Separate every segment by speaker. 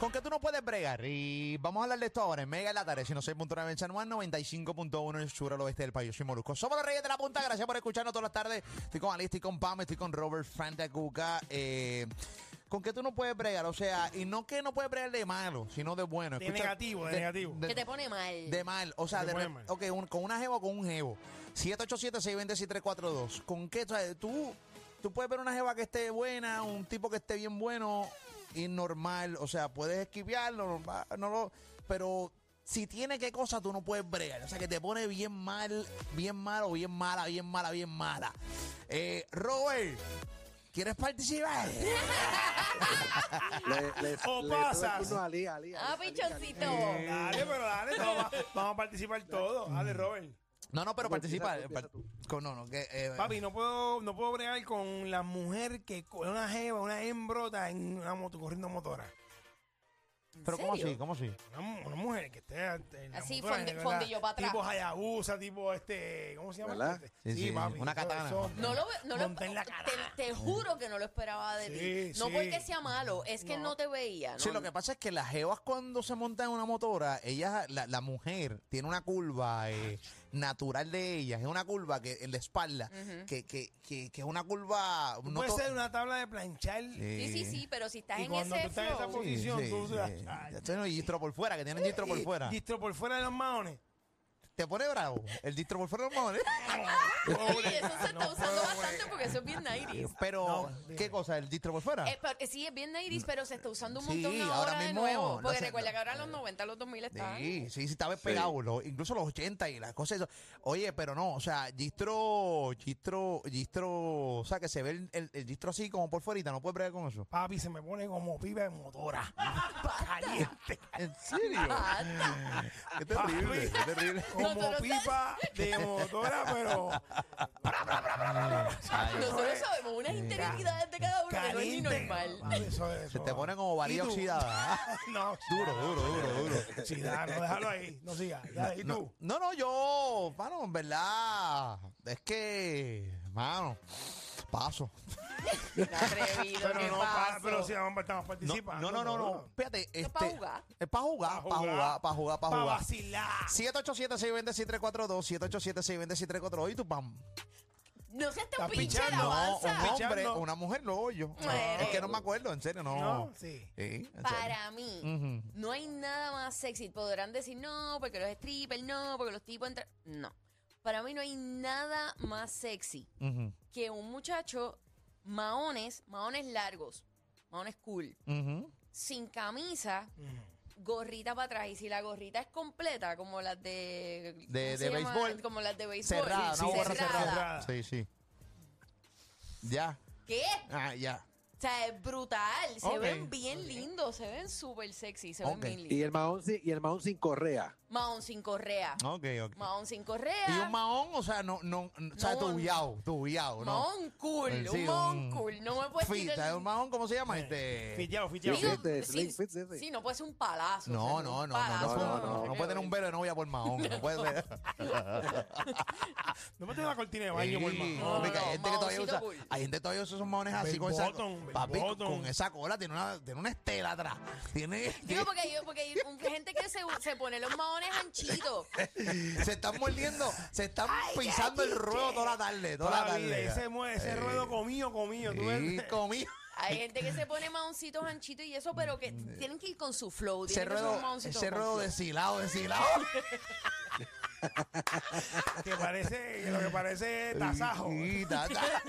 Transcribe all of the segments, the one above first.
Speaker 1: ¿Con qué tú no puedes bregar? Y vamos a hablar de esto ahora en Mega en la tarde, 106.9 en San Juan, 95.1 en el sur al oeste del país. Yo soy Molusco. Somos los Reyes de la Punta. Gracias por escucharnos todas las tardes. Estoy con Alice, estoy con Pam, estoy con Robert Fantacuca. Eh, ¿Con qué tú no puedes bregar? O sea, y no que no puedes bregar de malo, sino de bueno.
Speaker 2: De negativo, de negativo.
Speaker 1: de-
Speaker 3: pone mal.
Speaker 1: de mal, o sea,
Speaker 2: Te
Speaker 1: de
Speaker 2: pone
Speaker 1: re-
Speaker 2: mal.
Speaker 1: ok, un- con una jevo o con un jevo. 787-620-6342. ¿Con qué? O sea, tú, tú puedes ver una jeva que esté buena, un tipo que esté bien bueno y normal. O sea, puedes esquivarlo, no, va- no lo. Pero si tiene qué cosa, tú no puedes bregar. O sea, que te pone bien mal, bien mal o bien mala, bien mala, bien mala. Eh, Robert, ¿quieres participar?
Speaker 4: Le, le,
Speaker 2: O
Speaker 4: le
Speaker 2: pasas.
Speaker 4: tuve el turno a Ali, Ali, Ali, Ali,
Speaker 3: pichoncito.
Speaker 2: Dale, pero dale, vamos, a- vamos a participar todos.
Speaker 1: Mm.
Speaker 2: Dale, Robert.
Speaker 1: No, no, pero
Speaker 4: Bueno, empieza
Speaker 1: participa.
Speaker 4: tú, empieza tú.
Speaker 1: eh, con- no, no, que, eh,
Speaker 2: Papi, no puedo, no puedo bregar con la mujer que con una jeva, una hembrota en una moto, corriendo motora.
Speaker 1: pero ¿cómo así? ¿Cómo así?
Speaker 2: Una, mu- una mujer que esté en la
Speaker 5: Así,
Speaker 2: motora,
Speaker 5: fondi-
Speaker 2: ¿verdad?
Speaker 5: fondillo pa' atrás.
Speaker 2: Tipo Hayabusa, tipo este, ¿cómo se llama?
Speaker 4: ¿Verdad?
Speaker 2: Este-
Speaker 1: Sí, sí, una
Speaker 2: eso-
Speaker 1: katana.
Speaker 2: eso-
Speaker 5: No lo, ve- no lo-
Speaker 2: Monté en la cara.
Speaker 5: Te, te juro que no lo esperaba de
Speaker 2: Sí,
Speaker 5: ti. No
Speaker 2: sí.
Speaker 5: porque sea malo, es que no, te veía. ¿no?
Speaker 1: Sí, lo que pasa es que las jevas cuando se montan en una motora, ellas, la, la mujer tiene una curva eh, natural de ellas, es una curva que en la espalda, que, que, que, que es una curva...
Speaker 2: Tú
Speaker 1: no
Speaker 2: puedes
Speaker 1: to-
Speaker 2: ser una tabla de planchar.
Speaker 5: Sí, sí, sí, pero si estás
Speaker 2: Y
Speaker 5: en
Speaker 2: cuando tú
Speaker 5: ese
Speaker 2: estás en esa
Speaker 5: flow,
Speaker 1: Sí,
Speaker 2: posición,
Speaker 1: sí,
Speaker 2: tú-
Speaker 1: sí.
Speaker 2: ay.
Speaker 1: Ya tienen el distro por fuera, que tienen distro por
Speaker 2: Y-
Speaker 1: fuera.
Speaker 2: Distro por fuera de los maones.
Speaker 1: ¿Te pone bravo? El distro por fuera no ¿eh?
Speaker 5: sí, eso se está usando bastante porque eso es bien 90s.
Speaker 1: Pero,
Speaker 2: No,
Speaker 1: ¿qué
Speaker 2: dime.
Speaker 1: cosa? ¿El distro por fuera?
Speaker 5: Eh, pero- sí, es bien 90s, pero se está usando un
Speaker 1: Sí,
Speaker 5: montón ahora,
Speaker 1: ahora
Speaker 5: de
Speaker 1: mismo
Speaker 5: nuevo.
Speaker 1: lo
Speaker 5: Porque
Speaker 1: hacen-
Speaker 5: recuerda que ahora los 90, los 2000 están.
Speaker 1: Sí, sí, sí, estaba pegado, lo- incluso los 80 y las cosas. eso. Oye, pero no, o sea, distro, distro, distro, o sea, que se ve el, el- el distro así como por fuera, no puedes bregar con eso.
Speaker 2: Papi, se me pone como piba de motora. Caliente.
Speaker 1: ¿En serio?
Speaker 5: Basta.
Speaker 1: qué terrible, qué terrible.
Speaker 2: Como
Speaker 5: Nosotros-
Speaker 2: pipa de motora, pero
Speaker 5: Nosotros sabemos unas interioridades de cada uno que no es ni
Speaker 2: caliente.
Speaker 5: normal.
Speaker 2: Papi, eso- eso-
Speaker 1: Se te pone como varilla
Speaker 2: ¿Y tú?
Speaker 1: oxidada. ¿ah?
Speaker 2: No,
Speaker 1: Duro, duro, duro, duro.
Speaker 2: sí, da, no, déjalo ahí. No siga. Ya, ¿Y tú?
Speaker 1: No, no, yo, mano, en verdad, es que, mano, paso.
Speaker 5: Atrevido,
Speaker 2: Pero
Speaker 5: ¿qué
Speaker 2: no, pa-
Speaker 5: pasó?
Speaker 2: pero sí, vamos, estamos
Speaker 1: No,
Speaker 2: participando.
Speaker 1: no, no, no, no,
Speaker 2: todo.
Speaker 1: fíjate.
Speaker 5: Es
Speaker 1: este,
Speaker 5: pa' jugar.
Speaker 1: Es para jugar, para jugar, para jugar, para
Speaker 2: Pa'
Speaker 1: jugar.
Speaker 2: vacilar.
Speaker 1: 787-620-6342, 787-620-6342. ¿Y tu pam?
Speaker 5: No seas tan
Speaker 2: Estás
Speaker 5: pinche,
Speaker 2: pichando.
Speaker 5: avanza.
Speaker 1: un hombre,
Speaker 2: Pichando.
Speaker 1: una mujer, luego yo.
Speaker 5: Bueno.
Speaker 1: Es que no me acuerdo, en serio, no.
Speaker 2: No, sí.
Speaker 1: Sí, en serio.
Speaker 5: Para mí, no hay nada más sexy. Podrán decir no, porque los strippers, no, porque los tipos entran. No. Para mí no hay nada más sexy
Speaker 1: Ujú,
Speaker 5: que un muchacho, maones, maones largos, maones cool,
Speaker 1: ujú.
Speaker 5: sin camisa, gorrita para atrás. Y si la gorrita es completa, como las de. ¿cómo
Speaker 1: de
Speaker 5: se llama?
Speaker 1: béisbol.
Speaker 5: Como las de béisbol.
Speaker 1: Cerrada,
Speaker 2: Sí,
Speaker 1: no,
Speaker 2: sí,
Speaker 1: gorra
Speaker 2: cerrada.
Speaker 1: cerrada. Sí, sí. Ya,
Speaker 5: ¿Qué?
Speaker 1: ah, ya.
Speaker 5: O sea, es brutal. Se
Speaker 1: Ok.
Speaker 5: ven bien lindos, se ven súper sexy, se
Speaker 1: Ok.
Speaker 5: ven bien
Speaker 4: Y
Speaker 5: lindos.
Speaker 4: el Mahón sin, y el Mahón sin correa.
Speaker 5: Maón sin correa.
Speaker 1: Ok, ok.
Speaker 5: Maón sin correa.
Speaker 1: Y un maón, o sea, no, no, o sea,
Speaker 5: No.
Speaker 1: tubiao, tubiao, ¿no?
Speaker 5: Maón cool,
Speaker 1: Sí,
Speaker 5: un maón cool. No me puedes
Speaker 1: Fit,
Speaker 5: tirar
Speaker 1: ¿sabes? un maón, ¿cómo se llama? Este...
Speaker 2: Fitiao, fitiao.
Speaker 4: Digo-
Speaker 2: Sí.
Speaker 4: Fit,
Speaker 5: sí,
Speaker 4: slim fit, sí, sí.
Speaker 5: sí, no puede ser un palazo. o
Speaker 1: No, no,
Speaker 5: sea,
Speaker 1: no,
Speaker 5: un
Speaker 1: no, no,
Speaker 5: palazo,
Speaker 1: puede- no, no,
Speaker 5: sé
Speaker 1: puede
Speaker 5: qué
Speaker 1: tener un velo de novia por mahón, no puede ser.
Speaker 2: No me tengo una cortina de
Speaker 1: Sí,
Speaker 2: baño, por más.
Speaker 5: no,
Speaker 1: porque hay
Speaker 5: no,
Speaker 1: gente que todavía
Speaker 5: mahoncito
Speaker 1: usa,
Speaker 5: cool.
Speaker 1: hay gente que todavía usa esos mahones así
Speaker 2: Bell
Speaker 1: con esa,
Speaker 2: bottom, bell
Speaker 1: papi,
Speaker 2: bottom.
Speaker 1: con esa cola tiene una, tiene una estela atrás, tiene,
Speaker 5: Digo, porque hay, porque hay un- gente que se, se pone los maones anchitos.
Speaker 1: se están mordiendo, se están pisando el ruedo toda la tarde, toda la Eh,
Speaker 2: Toda la vida,
Speaker 1: tarde.
Speaker 2: Ese, mue- ese ruedo comido, comido. tú
Speaker 1: Y
Speaker 2: ves.
Speaker 1: comí.
Speaker 5: Hay gente que se pone maoncitos anchitos y eso, pero que tienen que ir con su
Speaker 1: Mm,
Speaker 5: flow.
Speaker 1: eh. Ese
Speaker 5: tienen que ser un
Speaker 1: ruedo,
Speaker 5: mahoncito
Speaker 1: ese
Speaker 5: con
Speaker 1: ruedo
Speaker 5: flow.
Speaker 1: deshilado, deshilado.
Speaker 2: Que parece, que lo que parece es tasajo.
Speaker 1: Y ta- ta-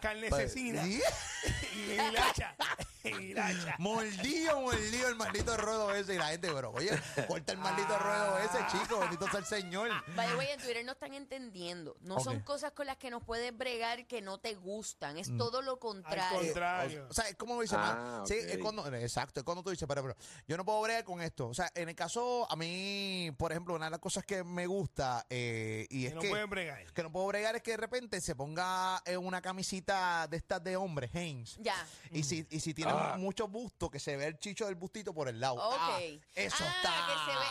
Speaker 2: Carne cecina.
Speaker 1: Pues, Sí.
Speaker 2: Y hilacha. Hilacha.
Speaker 1: Mordido, mordido el maldito ruedo ese. Y la gente, pero oye, corta el maldito ruedo ese,
Speaker 5: Ah.
Speaker 1: chico. Bendito sea el Señor.
Speaker 5: By the way, en Twitter no están entendiendo. No son
Speaker 1: Ok.
Speaker 5: cosas con las que nos puedes bregar que no te gustan.
Speaker 1: Mm.
Speaker 5: Es todo lo
Speaker 2: Al
Speaker 5: contrario.
Speaker 2: contrario.
Speaker 1: O sea, es como lo dice,
Speaker 4: Ah,
Speaker 1: ma- sí,
Speaker 4: ok.
Speaker 1: es cuando, exacto, es cuando tú dices, pero, pero yo no puedo bregar con esto. O sea, en el caso, a mí, por ejemplo, una de las cosas que me gusta eh, y
Speaker 2: que
Speaker 1: es
Speaker 2: no
Speaker 1: que,
Speaker 2: pueden bregar.
Speaker 1: que no puedo bregar es que de repente se ponga eh, una camisita de estas de hombre, Hanes.
Speaker 5: Ya.
Speaker 1: Y si, y si tiene
Speaker 4: Ah.
Speaker 1: muchos bustos, que se ve el chicho del bustito por el lado.
Speaker 5: Ok.
Speaker 1: Ah, eso
Speaker 5: Ah,
Speaker 1: está. Eh,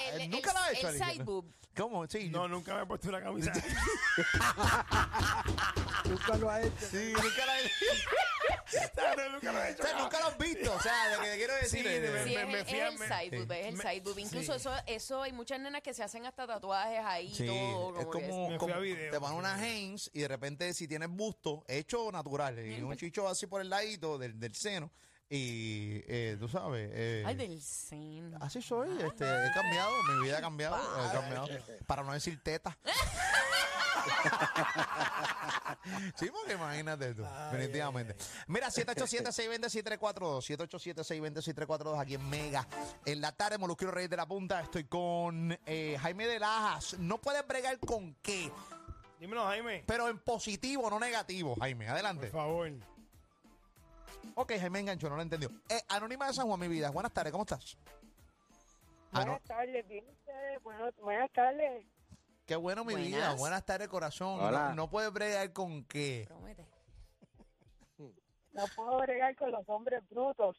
Speaker 5: que se ve el-
Speaker 1: Nunca
Speaker 5: el-
Speaker 1: lo ha hecho.
Speaker 5: el
Speaker 1: Alicia?
Speaker 5: side boob.
Speaker 1: ¿Cómo? Sí.
Speaker 2: No, nunca me he puesto una camisa.
Speaker 4: Nunca lo ha hecho.
Speaker 1: Sí, nunca lo ha hecho.
Speaker 2: No, nunca lo he hecho.
Speaker 1: O sea, nunca lo has visto. O sea, lo que te quiero decir eh,
Speaker 2: Sí,
Speaker 1: es-
Speaker 2: de verdad.
Speaker 5: Sí,
Speaker 2: Me-
Speaker 5: es,
Speaker 2: me
Speaker 5: el-
Speaker 2: fui
Speaker 5: es
Speaker 2: a-
Speaker 5: el
Speaker 2: me-
Speaker 5: side boob, es el
Speaker 2: me-
Speaker 5: side boob. Incluso eso, eso, hay muchas nenas que se hacen hasta tatuajes ahí
Speaker 1: Sí,
Speaker 5: y todo.
Speaker 1: es
Speaker 5: como que
Speaker 1: como,
Speaker 2: Me fui
Speaker 1: como-
Speaker 2: a video,
Speaker 1: te ponen
Speaker 2: me
Speaker 1: una
Speaker 2: fui a
Speaker 1: Hanes y de repente si tienes busto hecho natural
Speaker 5: Mm,
Speaker 1: y
Speaker 5: pues.
Speaker 1: un chicho así por el ladito del, del seno y eh, tú sabes eh,
Speaker 5: Ay, del seno.
Speaker 1: así soy este, he cambiado mi vida ha cambiado he cambiado para no decir teta sí porque imagínate tú definitivamente mira 787 620 6342 787 620 6342 aquí en Mega en la tarde Molusquero Reyes de la Punta estoy con eh, Jaime de Lajas no puedes bregar con qué
Speaker 2: Dímelo, Jaime.
Speaker 1: pero en positivo, no negativo, Jaime.
Speaker 2: Por
Speaker 1: Adelante.
Speaker 2: favor.
Speaker 1: Ok, Jaime enganchó, no lo entendió. Eh, Anónima de San Juan, mi vida. Buenas tardes, ¿cómo estás? Ano-
Speaker 6: Ah,
Speaker 7: Buenas tardes, bien ustedes. Bueno, buenas tardes.
Speaker 1: qué bueno, mi
Speaker 5: Buenas.
Speaker 1: vida. Buenas tardes, corazón.
Speaker 4: Hola.
Speaker 1: No, no puedes bregar con qué.
Speaker 5: Promete.
Speaker 7: No puedo bregar con los hombres brutos.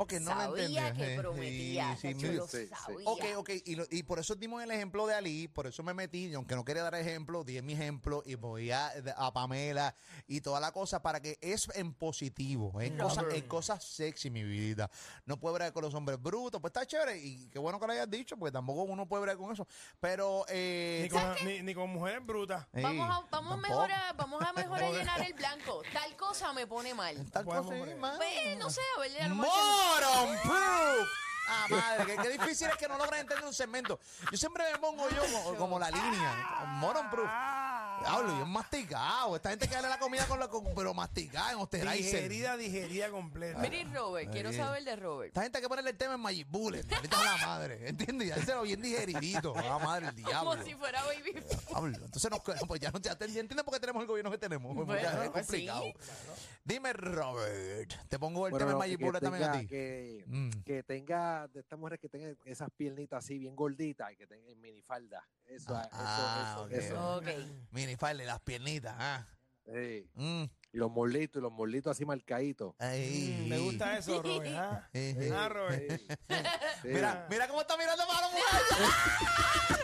Speaker 1: Ok, no lo entendió.
Speaker 5: sabía que
Speaker 1: Sí,
Speaker 5: prometía.
Speaker 1: sí,
Speaker 5: chacho,
Speaker 1: mi-
Speaker 5: lo
Speaker 4: sí, sí.
Speaker 5: sabía.
Speaker 1: Ok, ok, y, lo- y por eso dimos el ejemplo de Ali, por eso me metí, y aunque no quería dar ejemplo, di mi ejemplo y voy a, a Pamela y toda la cosa para que es en positivo, en cosas en cosas sexy, mi vida. No puede bregar con los hombres brutos, pues está chévere y qué bueno que lo hayas dicho, porque tampoco uno puede bregar con eso, pero...
Speaker 2: Ni
Speaker 1: Eh,
Speaker 2: con, ni- ni con mujeres brutas.
Speaker 1: ey,
Speaker 5: Vamos a, vamos a
Speaker 1: tampoco.
Speaker 5: mejorar, vamos a mejorar llenar el blanco. Tal cosa me pone mal.
Speaker 1: Tal
Speaker 2: No podemos
Speaker 1: cosa, sí,
Speaker 2: bregar.
Speaker 1: mano.
Speaker 5: Pues, no sé, a ver, a lo mejor que-
Speaker 1: Moron proof. Ah, madre, qué, qué difícil es que no logren entender un segmento. Yo siempre me pongo yo como, como la línea. Moron proof. Hablo, yo masticado. Esta gente que gana la comida con la con- pero masticada en Osterizer.
Speaker 2: Digerida, digerida completa.
Speaker 5: Mira, y Robert, quiero
Speaker 1: Ahí.
Speaker 5: saber de Robert.
Speaker 1: Esta gente que pone el tema en Magic Bullet. Ahorita la madre. ¿Entiendes? Ya se lo bien digeridito. La madre, el diablo.
Speaker 5: Como si fuera baby.
Speaker 1: Hablo. Entonces nos quedamos, pues ya no te atendí. ¿Entiendes por qué tenemos el gobierno que tenemos? Pues,
Speaker 5: Bueno,
Speaker 1: ya, es
Speaker 5: pues sí.
Speaker 1: complicado. Dime, Robert. Te pongo el
Speaker 4: Bueno,
Speaker 1: tema en
Speaker 4: no,
Speaker 1: Magic Bullet también a
Speaker 4: tenga-
Speaker 1: ti.
Speaker 4: que-
Speaker 1: Mm.
Speaker 4: que tenga de estas mujeres que tengan esas piernitas así bien gorditas y que tengan en minifalda. Eso,
Speaker 1: Ah,
Speaker 4: eso,
Speaker 1: ah,
Speaker 4: eso,
Speaker 1: ok,
Speaker 4: eso.
Speaker 5: Ok.
Speaker 1: Minifalde, las piernitas. Ah.
Speaker 4: Sí.
Speaker 1: Mm.
Speaker 4: Y los morlitos, y los morlitos así marcaditos.
Speaker 1: Ay.
Speaker 2: Mm, Me gusta eso, Robert. ¿ah?
Speaker 1: Eh, eh.
Speaker 2: Ah, Robert.
Speaker 4: Sí, sí.
Speaker 1: Mira, mira cómo está mirando para los muchachos.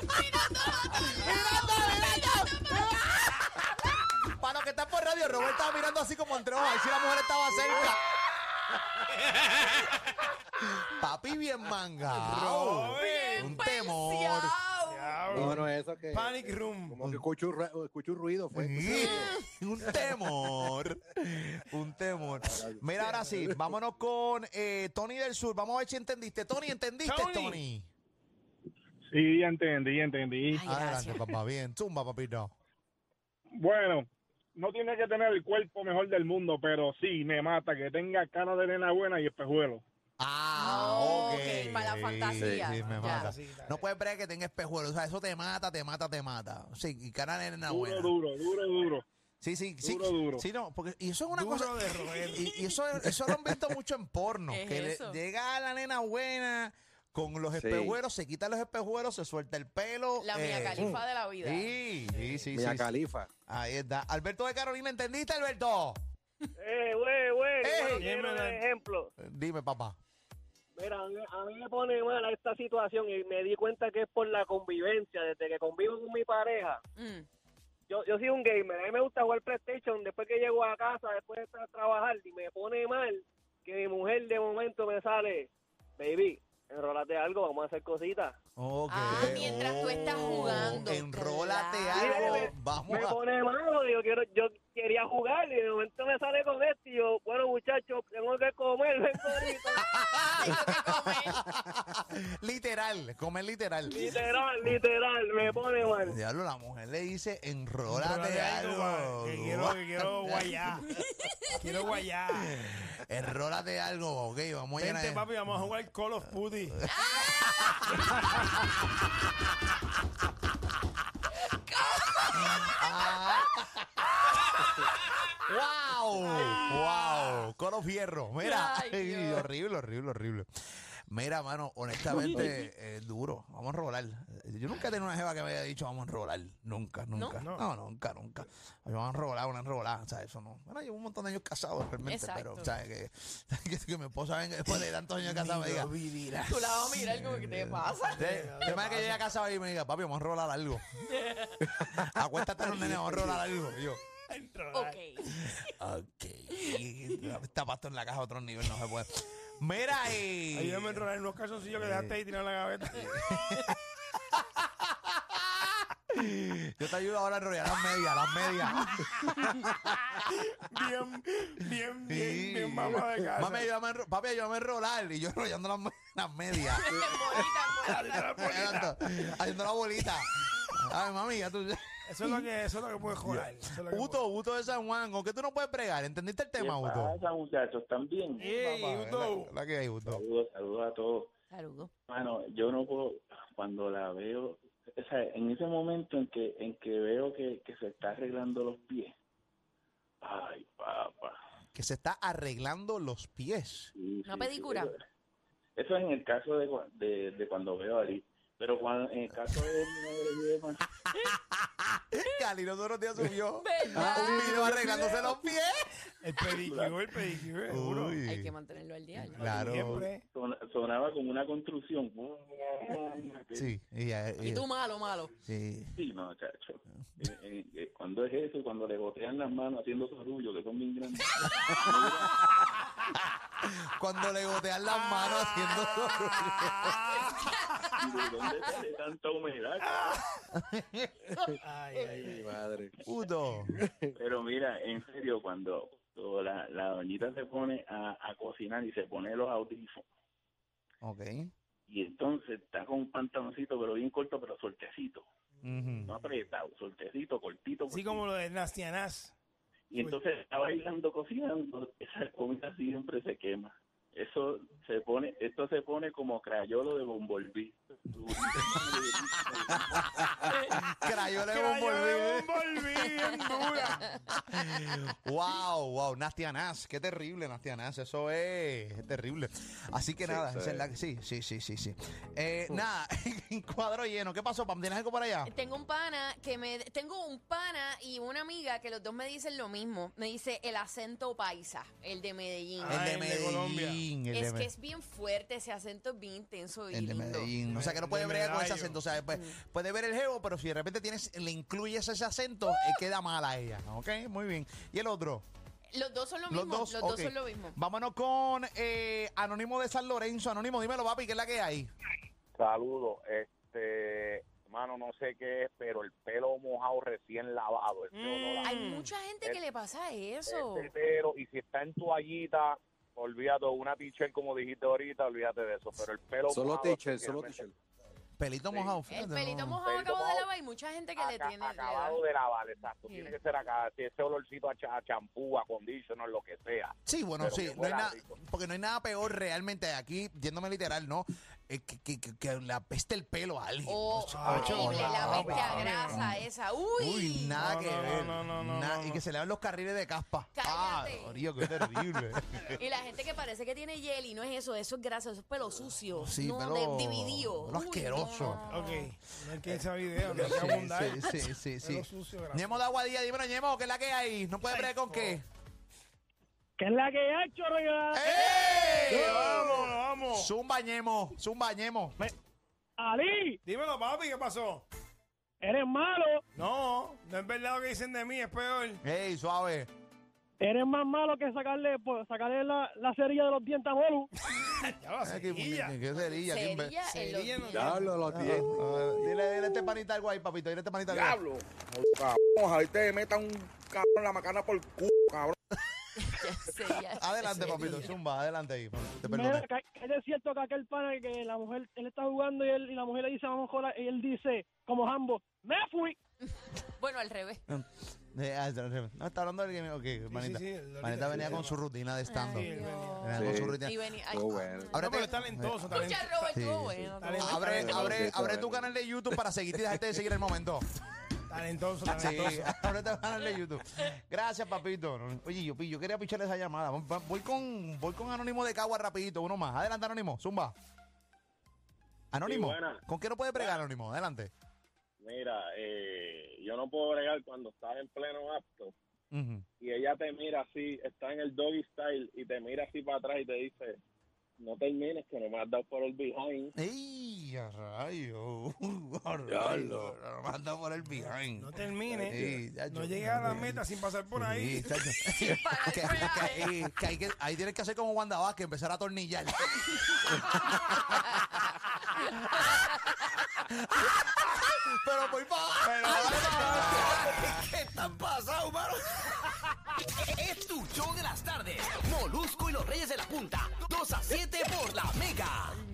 Speaker 1: mirando, mirando. Para los que están por radio, Robert estaba mirando así como entre ojos, a ver si la mujer estaba cerca. Papi bien manga.
Speaker 2: Robert.
Speaker 1: Un temor.
Speaker 4: No,
Speaker 2: Diablo.
Speaker 4: no, eso que.
Speaker 2: Panic room.
Speaker 4: Como que escucho un, ru- escucho un ruido. Fue,
Speaker 1: Sí, Un temor. Un temor. Mira, ahora sí, vámonos con eh, Tony del Sur. Vamos a ver si entendiste. Tony, ¿entendiste,
Speaker 2: Tony.
Speaker 1: Tony?
Speaker 6: Sí, ya entendí, ya entendí.
Speaker 5: Ay,
Speaker 1: Adelante,
Speaker 5: gracias.
Speaker 1: papá. Bien, zumba, papito.
Speaker 6: Bueno, no tiene que tener el cuerpo mejor del mundo, pero sí, me mata que tenga cara de nena buena y espejuelo.
Speaker 1: Ah,
Speaker 5: Ah,
Speaker 1: ok.
Speaker 5: ok, para la fantasía.
Speaker 1: Sí, sí, me
Speaker 5: Ya.
Speaker 1: mata.
Speaker 2: Fantasita,
Speaker 1: No
Speaker 2: eh.
Speaker 1: puedes ver que tenga espejuelos. O sea, eso te mata, te mata, te mata. Sí, y cara de nena buena.
Speaker 6: Duro, duro, duro, duro.
Speaker 1: Sí, sí, sí.
Speaker 6: Duro, duro.
Speaker 1: Sí, no, porque y eso es una
Speaker 2: Duro
Speaker 1: cosa.
Speaker 2: de roer.
Speaker 1: Y, y eso, eso lo han visto mucho en porno.
Speaker 5: ¿Qué es
Speaker 1: que le-
Speaker 5: eso?
Speaker 1: llega la nena buena con los espejuelos, se quita los espejuelos, se suelta el pelo.
Speaker 5: La mía califa de la vida.
Speaker 1: Eh, uh. Sí, sí, sí.
Speaker 4: Mira,
Speaker 1: sí.
Speaker 4: Califa.
Speaker 1: Ahí está. Alberto de Carolina, ¿entendiste, Alberto?
Speaker 7: Eh, güey, güey.
Speaker 1: Ey.
Speaker 7: quiero un
Speaker 2: Dímelo.
Speaker 7: ejemplo.
Speaker 1: Dime, papá.
Speaker 7: Mira, a mí, a mí me pone mal esta situación y me di cuenta que es por la convivencia. Desde que convivo con mi pareja,
Speaker 5: Mm.
Speaker 7: yo, yo soy un gamer. A mí me gusta jugar PlayStation. Después que llego a casa, después de tra- trabajar, y me pone mal que mi mujer de momento me sale, baby, enrólate algo, vamos a hacer cositas.
Speaker 1: Ok. Oh,
Speaker 5: Ah, mientras tú estás jugando,
Speaker 1: Enrólate
Speaker 5: claro.
Speaker 1: algo. Vamos
Speaker 7: me
Speaker 1: a.
Speaker 7: pone malo, digo, quiero, yo quería jugar y de momento me sale con este, esto y yo, bueno muchachos, tengo que comer, vengo ahorita.
Speaker 5: Tengo que comer.
Speaker 1: literal, comer literal.
Speaker 7: Literal, literal, me pone mal.
Speaker 1: Diablo, la mujer le dice enrólate
Speaker 2: Enrólate algo,
Speaker 1: algo.
Speaker 2: que quiero- que quiero guayá. Quiero guayar.
Speaker 1: Enrólate algo, ok, vamos a
Speaker 2: Vente,
Speaker 1: llenar.
Speaker 2: papi, vamos a jugar Call of Duty.
Speaker 1: ¡Wow! ¡Wow! Coro fierro. Mira,
Speaker 5: Ay,
Speaker 1: Ay,
Speaker 5: Dios.
Speaker 1: horrible, horrible, horrible. Mira, mano, honestamente, eh, duro. Vamos a enrolar. Yo nunca he tenido una jeva que me haya dicho vamos a enrolar. Nunca, nunca. No,
Speaker 2: No.
Speaker 1: nunca, nunca. Vamos a enrolar, una enrolada. O sea, eso no. Bueno, llevo un montón de años casado realmente, pero, o
Speaker 5: Exacto.
Speaker 1: sea, que, que, que mi esposa venga después de tantos años casados me diga.
Speaker 5: Tú la vas a mirar como que te pasa.
Speaker 1: De, de manera que llegue a casa y me diga, papi, vamos a enrolar algo. Acuéstate en los nenes, vamos a enrolar algo. Y yo,
Speaker 5: Ok.
Speaker 1: Ok. Está pasto en la caja a otro nivel, no se puede. Mira y.
Speaker 2: Ayúdame a enrolar unos calzoncillos
Speaker 1: Eh.
Speaker 2: que dejaste ahí tirando en la gaveta.
Speaker 1: Yo te ayudo ahora a enrollar las medias, las medias.
Speaker 2: Bien, bien,
Speaker 1: Sí.
Speaker 2: bien, bien, mamá de casa.
Speaker 1: Mami, ayúdame a enro- papi, ayúdame a enrolar. Y yo enrollando las, me- las medias. Exacto. Haciendo la bolita. Ay, mami, ya tú.
Speaker 2: Eso es lo que, eso es lo que puedes jugar. Eso es lo que
Speaker 1: Uto, Uto de San Juan, ¿con qué tú no puedes pregar? ¿Entendiste el tema, Uto?
Speaker 8: pasa, muchachos? También.
Speaker 2: puedes- Ey,
Speaker 1: Papá,
Speaker 2: Uto.
Speaker 1: la- La que hay, Uto.
Speaker 8: Saludos, saludos a todos.
Speaker 5: Saludos.
Speaker 8: Bueno, yo no puedo, cuando la veo, o sea, en ese momento en que en que veo que, que se está arreglando los pies. Ay, papá.
Speaker 1: Que se está arreglando los pies.
Speaker 8: Sí,
Speaker 5: Una
Speaker 8: sí,
Speaker 5: pedicura.
Speaker 8: sí, eso, eso es en el caso de, cua- de, de cuando veo a Ari. Pero cuando, en el caso de mi madre y demás,
Speaker 1: Cali, los otros días subió
Speaker 9: Ah,
Speaker 1: Ah,
Speaker 5: ¿Verdad?
Speaker 1: un video arreglándose los pies.
Speaker 2: El pedicure, el pedicure, seguro.
Speaker 1: Uy,
Speaker 5: Hay que mantenerlo al día. ¿no?
Speaker 1: Claro.
Speaker 2: Siempre.
Speaker 8: son- sonaba como una construcción.
Speaker 1: Sí, y, ya- y-
Speaker 5: Y tú malo, malo.
Speaker 1: sí.
Speaker 8: Sí, no, chacho. Eh, eh, eh, cuando es eso, y cuando le gotean las manos haciendo sorullo, que son bien grandes.
Speaker 1: Cuando le gotean las manos haciendo
Speaker 2: Ah.
Speaker 8: ¿Y de dónde sale tanta humedad?
Speaker 2: Ay, ay, ay.
Speaker 4: Mi madre.
Speaker 1: Puto.
Speaker 8: Pero mira, en serio, cuando, cuando la, la doñita se pone a, a cocinar y se pone los audífonos,
Speaker 1: Ok.
Speaker 8: y entonces está con un pantaloncito, pero bien corto, pero sueltecito, no apretado, sueltecito, cortito.
Speaker 2: Así
Speaker 8: cortito.
Speaker 2: como lo de Nastianás.
Speaker 8: Y entonces está bailando, cocinando, esa comida siempre se quema. Eso se pone, esto se pone como crayolo de bombolví.
Speaker 1: Crayola
Speaker 2: ¡Que
Speaker 1: de
Speaker 2: la
Speaker 1: bombón,
Speaker 2: lleve
Speaker 1: ¿eh?
Speaker 2: un volví bien dura!
Speaker 1: Wow, wow, Nasty Anas, qué terrible Nasty Anas, eso es, es terrible. Así que nada, esa es la que sí, sí, sí, sí, sí. Eh, nada, cuadro lleno. ¿Qué pasó, Pam? ¿Tienes algo por
Speaker 9: Ah.
Speaker 1: allá?
Speaker 5: Tengo un pana que me tengo un pana y una amiga que los dos me dicen lo mismo. Me dice el acento paisa, el de Medellín.
Speaker 2: Ah, el de Colombia.
Speaker 1: Medellín, el
Speaker 5: es
Speaker 1: de
Speaker 5: que
Speaker 1: Me-
Speaker 5: es bien fuerte, ese acento es bien intenso y
Speaker 1: el de
Speaker 5: lindo.
Speaker 1: Medellín. O sea, que no puede
Speaker 2: De
Speaker 1: bregar con ese
Speaker 2: Medallo.
Speaker 1: acento. O sea, puede, puede ver el jevo, pero si de repente tienes, le incluyes ese acento, eh, queda mal a ella. ¿Ok? Muy bien. ¿Y el otro?
Speaker 5: Los dos son lo mismo, los dos,
Speaker 1: ok.
Speaker 5: son lo mismo.
Speaker 1: Vámonos con eh, Anónimo de San Lorenzo. Anónimo, dímelo, papi, ¿qué es la que hay?
Speaker 9: Saludos, este, mano, no sé qué es, pero el pelo mojado recién lavado, ese olor a-
Speaker 5: Hay
Speaker 1: Mm.
Speaker 5: mucha gente
Speaker 1: Eh,
Speaker 5: que le pasa Mm. eso.
Speaker 9: ese pelo, y si está en toallita, olvídate, o una t-shirt como dijiste ahorita, olvídate de eso, pero el pelo
Speaker 4: Solo
Speaker 9: mojado,
Speaker 4: teacher, solo
Speaker 9: realmente,
Speaker 4: teacher.
Speaker 1: Pelito
Speaker 9: Sí.
Speaker 1: mojado.
Speaker 5: El
Speaker 1: fíjate,
Speaker 5: pelito
Speaker 1: no.
Speaker 5: mojado
Speaker 9: Pelito
Speaker 5: acabo de
Speaker 9: mojado.
Speaker 5: lavar y mucha gente que le
Speaker 9: aca-
Speaker 5: tiene. le da.
Speaker 9: acabado de lavar, exacto,
Speaker 5: Sí.
Speaker 9: tiene que ser acá, si ese olorcito a, cha- a champú, a conditioner, lo que sea.
Speaker 1: Sí, bueno,
Speaker 9: Pero
Speaker 1: sí.
Speaker 9: que
Speaker 1: No hay
Speaker 9: huela
Speaker 1: nada,
Speaker 9: rico.
Speaker 1: porque no hay nada peor realmente aquí, yéndome literal, ¿no? Eh, que, que, que, que le apeste el pelo a alguien.
Speaker 5: Oh,
Speaker 1: Chacho,
Speaker 5: horrible, la
Speaker 1: no,
Speaker 5: peste a
Speaker 1: papi.
Speaker 5: grasa esa. Uy.
Speaker 1: Uy, nada
Speaker 2: No,
Speaker 1: que
Speaker 2: no,
Speaker 1: ver.
Speaker 2: no, no, no,
Speaker 1: Nada-
Speaker 2: no,
Speaker 1: Y que
Speaker 2: no.
Speaker 1: se le dan los carriles de caspa.
Speaker 5: Cállate.
Speaker 1: Ah, Dios, qué terrible.
Speaker 5: Y la gente que parece que tiene jelly, no es eso, eso es grasa, eso es pelo sucio.
Speaker 1: Sí,
Speaker 5: no,
Speaker 1: pelo-
Speaker 5: de- dividido.
Speaker 1: pelo
Speaker 5: Uy, no,
Speaker 1: asqueroso.
Speaker 5: no, no.
Speaker 2: Ok, no hay que ese video, no hay que abundar.
Speaker 1: sí, sí, sí, sí, sí.
Speaker 2: Pelo sucio, grasa.
Speaker 1: Ñemo de Aguadilla, dímelo, Ñemo, ¿qué es la que hay? ¿No puede ver con qué?
Speaker 7: ¿Qué es la que ha hecho, regala?
Speaker 1: ¡Ey!
Speaker 2: Eh, ¡Vamos, vamos!
Speaker 1: Zumba, Ñemo, zumba, Ñemo.
Speaker 7: ¡Ali!
Speaker 2: Dímelo, papi, ¿qué pasó?
Speaker 7: Eres malo,
Speaker 2: No, no es verdad lo que dicen de mí, es peor.
Speaker 1: ¡Ey, suave!
Speaker 7: eres más malo que sacarle, pues, sacarle la, la cerilla de los dientes a Bolu.
Speaker 2: Ya lo hace,
Speaker 1: Ay, Ah, qué-
Speaker 2: guilla.
Speaker 1: qué- qué cerilla, qué inve-
Speaker 5: Cerilla en los
Speaker 2: Cerilla en los
Speaker 5: dientes.
Speaker 4: Diablo, los
Speaker 1: Ah,
Speaker 4: 10.
Speaker 1: ah, Dile, dile a este panita algo ahí, papito. Dile a este panita algo.
Speaker 9: Cabrón, ahí te meta un cabrón la macana por culo, cabrón.
Speaker 1: Adelante, papito, zumba, adelante ahí. Te perdoné.
Speaker 7: Mira, que- que es cierto que aquel pana que la mujer, él está jugando y, él- y la mujer le dice, vamos con la, y él dice, como Hambo, me fui.
Speaker 5: Bueno, al revés.
Speaker 1: Eh, ah, está- No, está hablando alguien. Ok, manita.
Speaker 2: sí, Lolita,
Speaker 1: manita venía
Speaker 2: sí,
Speaker 1: con
Speaker 2: sí.
Speaker 1: su rutina de stand-up.
Speaker 2: Sí, él
Speaker 1: Venía con
Speaker 2: Sí.
Speaker 1: su rutina.
Speaker 2: Y venía- ay,
Speaker 1: Ahora
Speaker 2: No, pero es talentoso,
Speaker 1: Escucha,
Speaker 2: talentoso.
Speaker 1: Robert, estuvo
Speaker 2: Sí,
Speaker 1: bueno,
Speaker 2: sí,
Speaker 1: Abre,
Speaker 2: talentoso.
Speaker 1: abre- abre- abre tu canal de YouTube para seguirte y dejarte de seguir en el momento. Sí,
Speaker 2: Talentoso, talentoso.
Speaker 1: abre tu canal de YouTube. Gracias, papito. Oye, yo, yo quería pichar esa llamada. Voy- Voy con, voy con Anónimo de Cagua rapidito, uno más. Adelante, Anónimo. Zumba. Anónimo.
Speaker 8: Sí, buena.
Speaker 1: ¿Con qué no puede pregar, Anónimo? Adelante.
Speaker 8: Mira, eh, yo no puedo bregar cuando estás en pleno acto y ella te mira así, está en el doggy style y te mira así para atrás y te dice, no termines que no me has dado por el behind.
Speaker 1: ¡Ey, a rayo! A
Speaker 8: Diablo.
Speaker 1: rayo. Lo manda por el behind. No
Speaker 2: termine. No llegues
Speaker 1: llegues
Speaker 2: a la meta sin pasar por ahí.
Speaker 1: que, que- eh, que hay que- ahí tienes que hacer como Wanda Vázquez, empezar a atornillar. Pero por favor.
Speaker 10: ¿Qué está pasando, mano? Es tu show de las tardes. Molusco y los Reyes de la Punta. 2 a 7 por la Mega.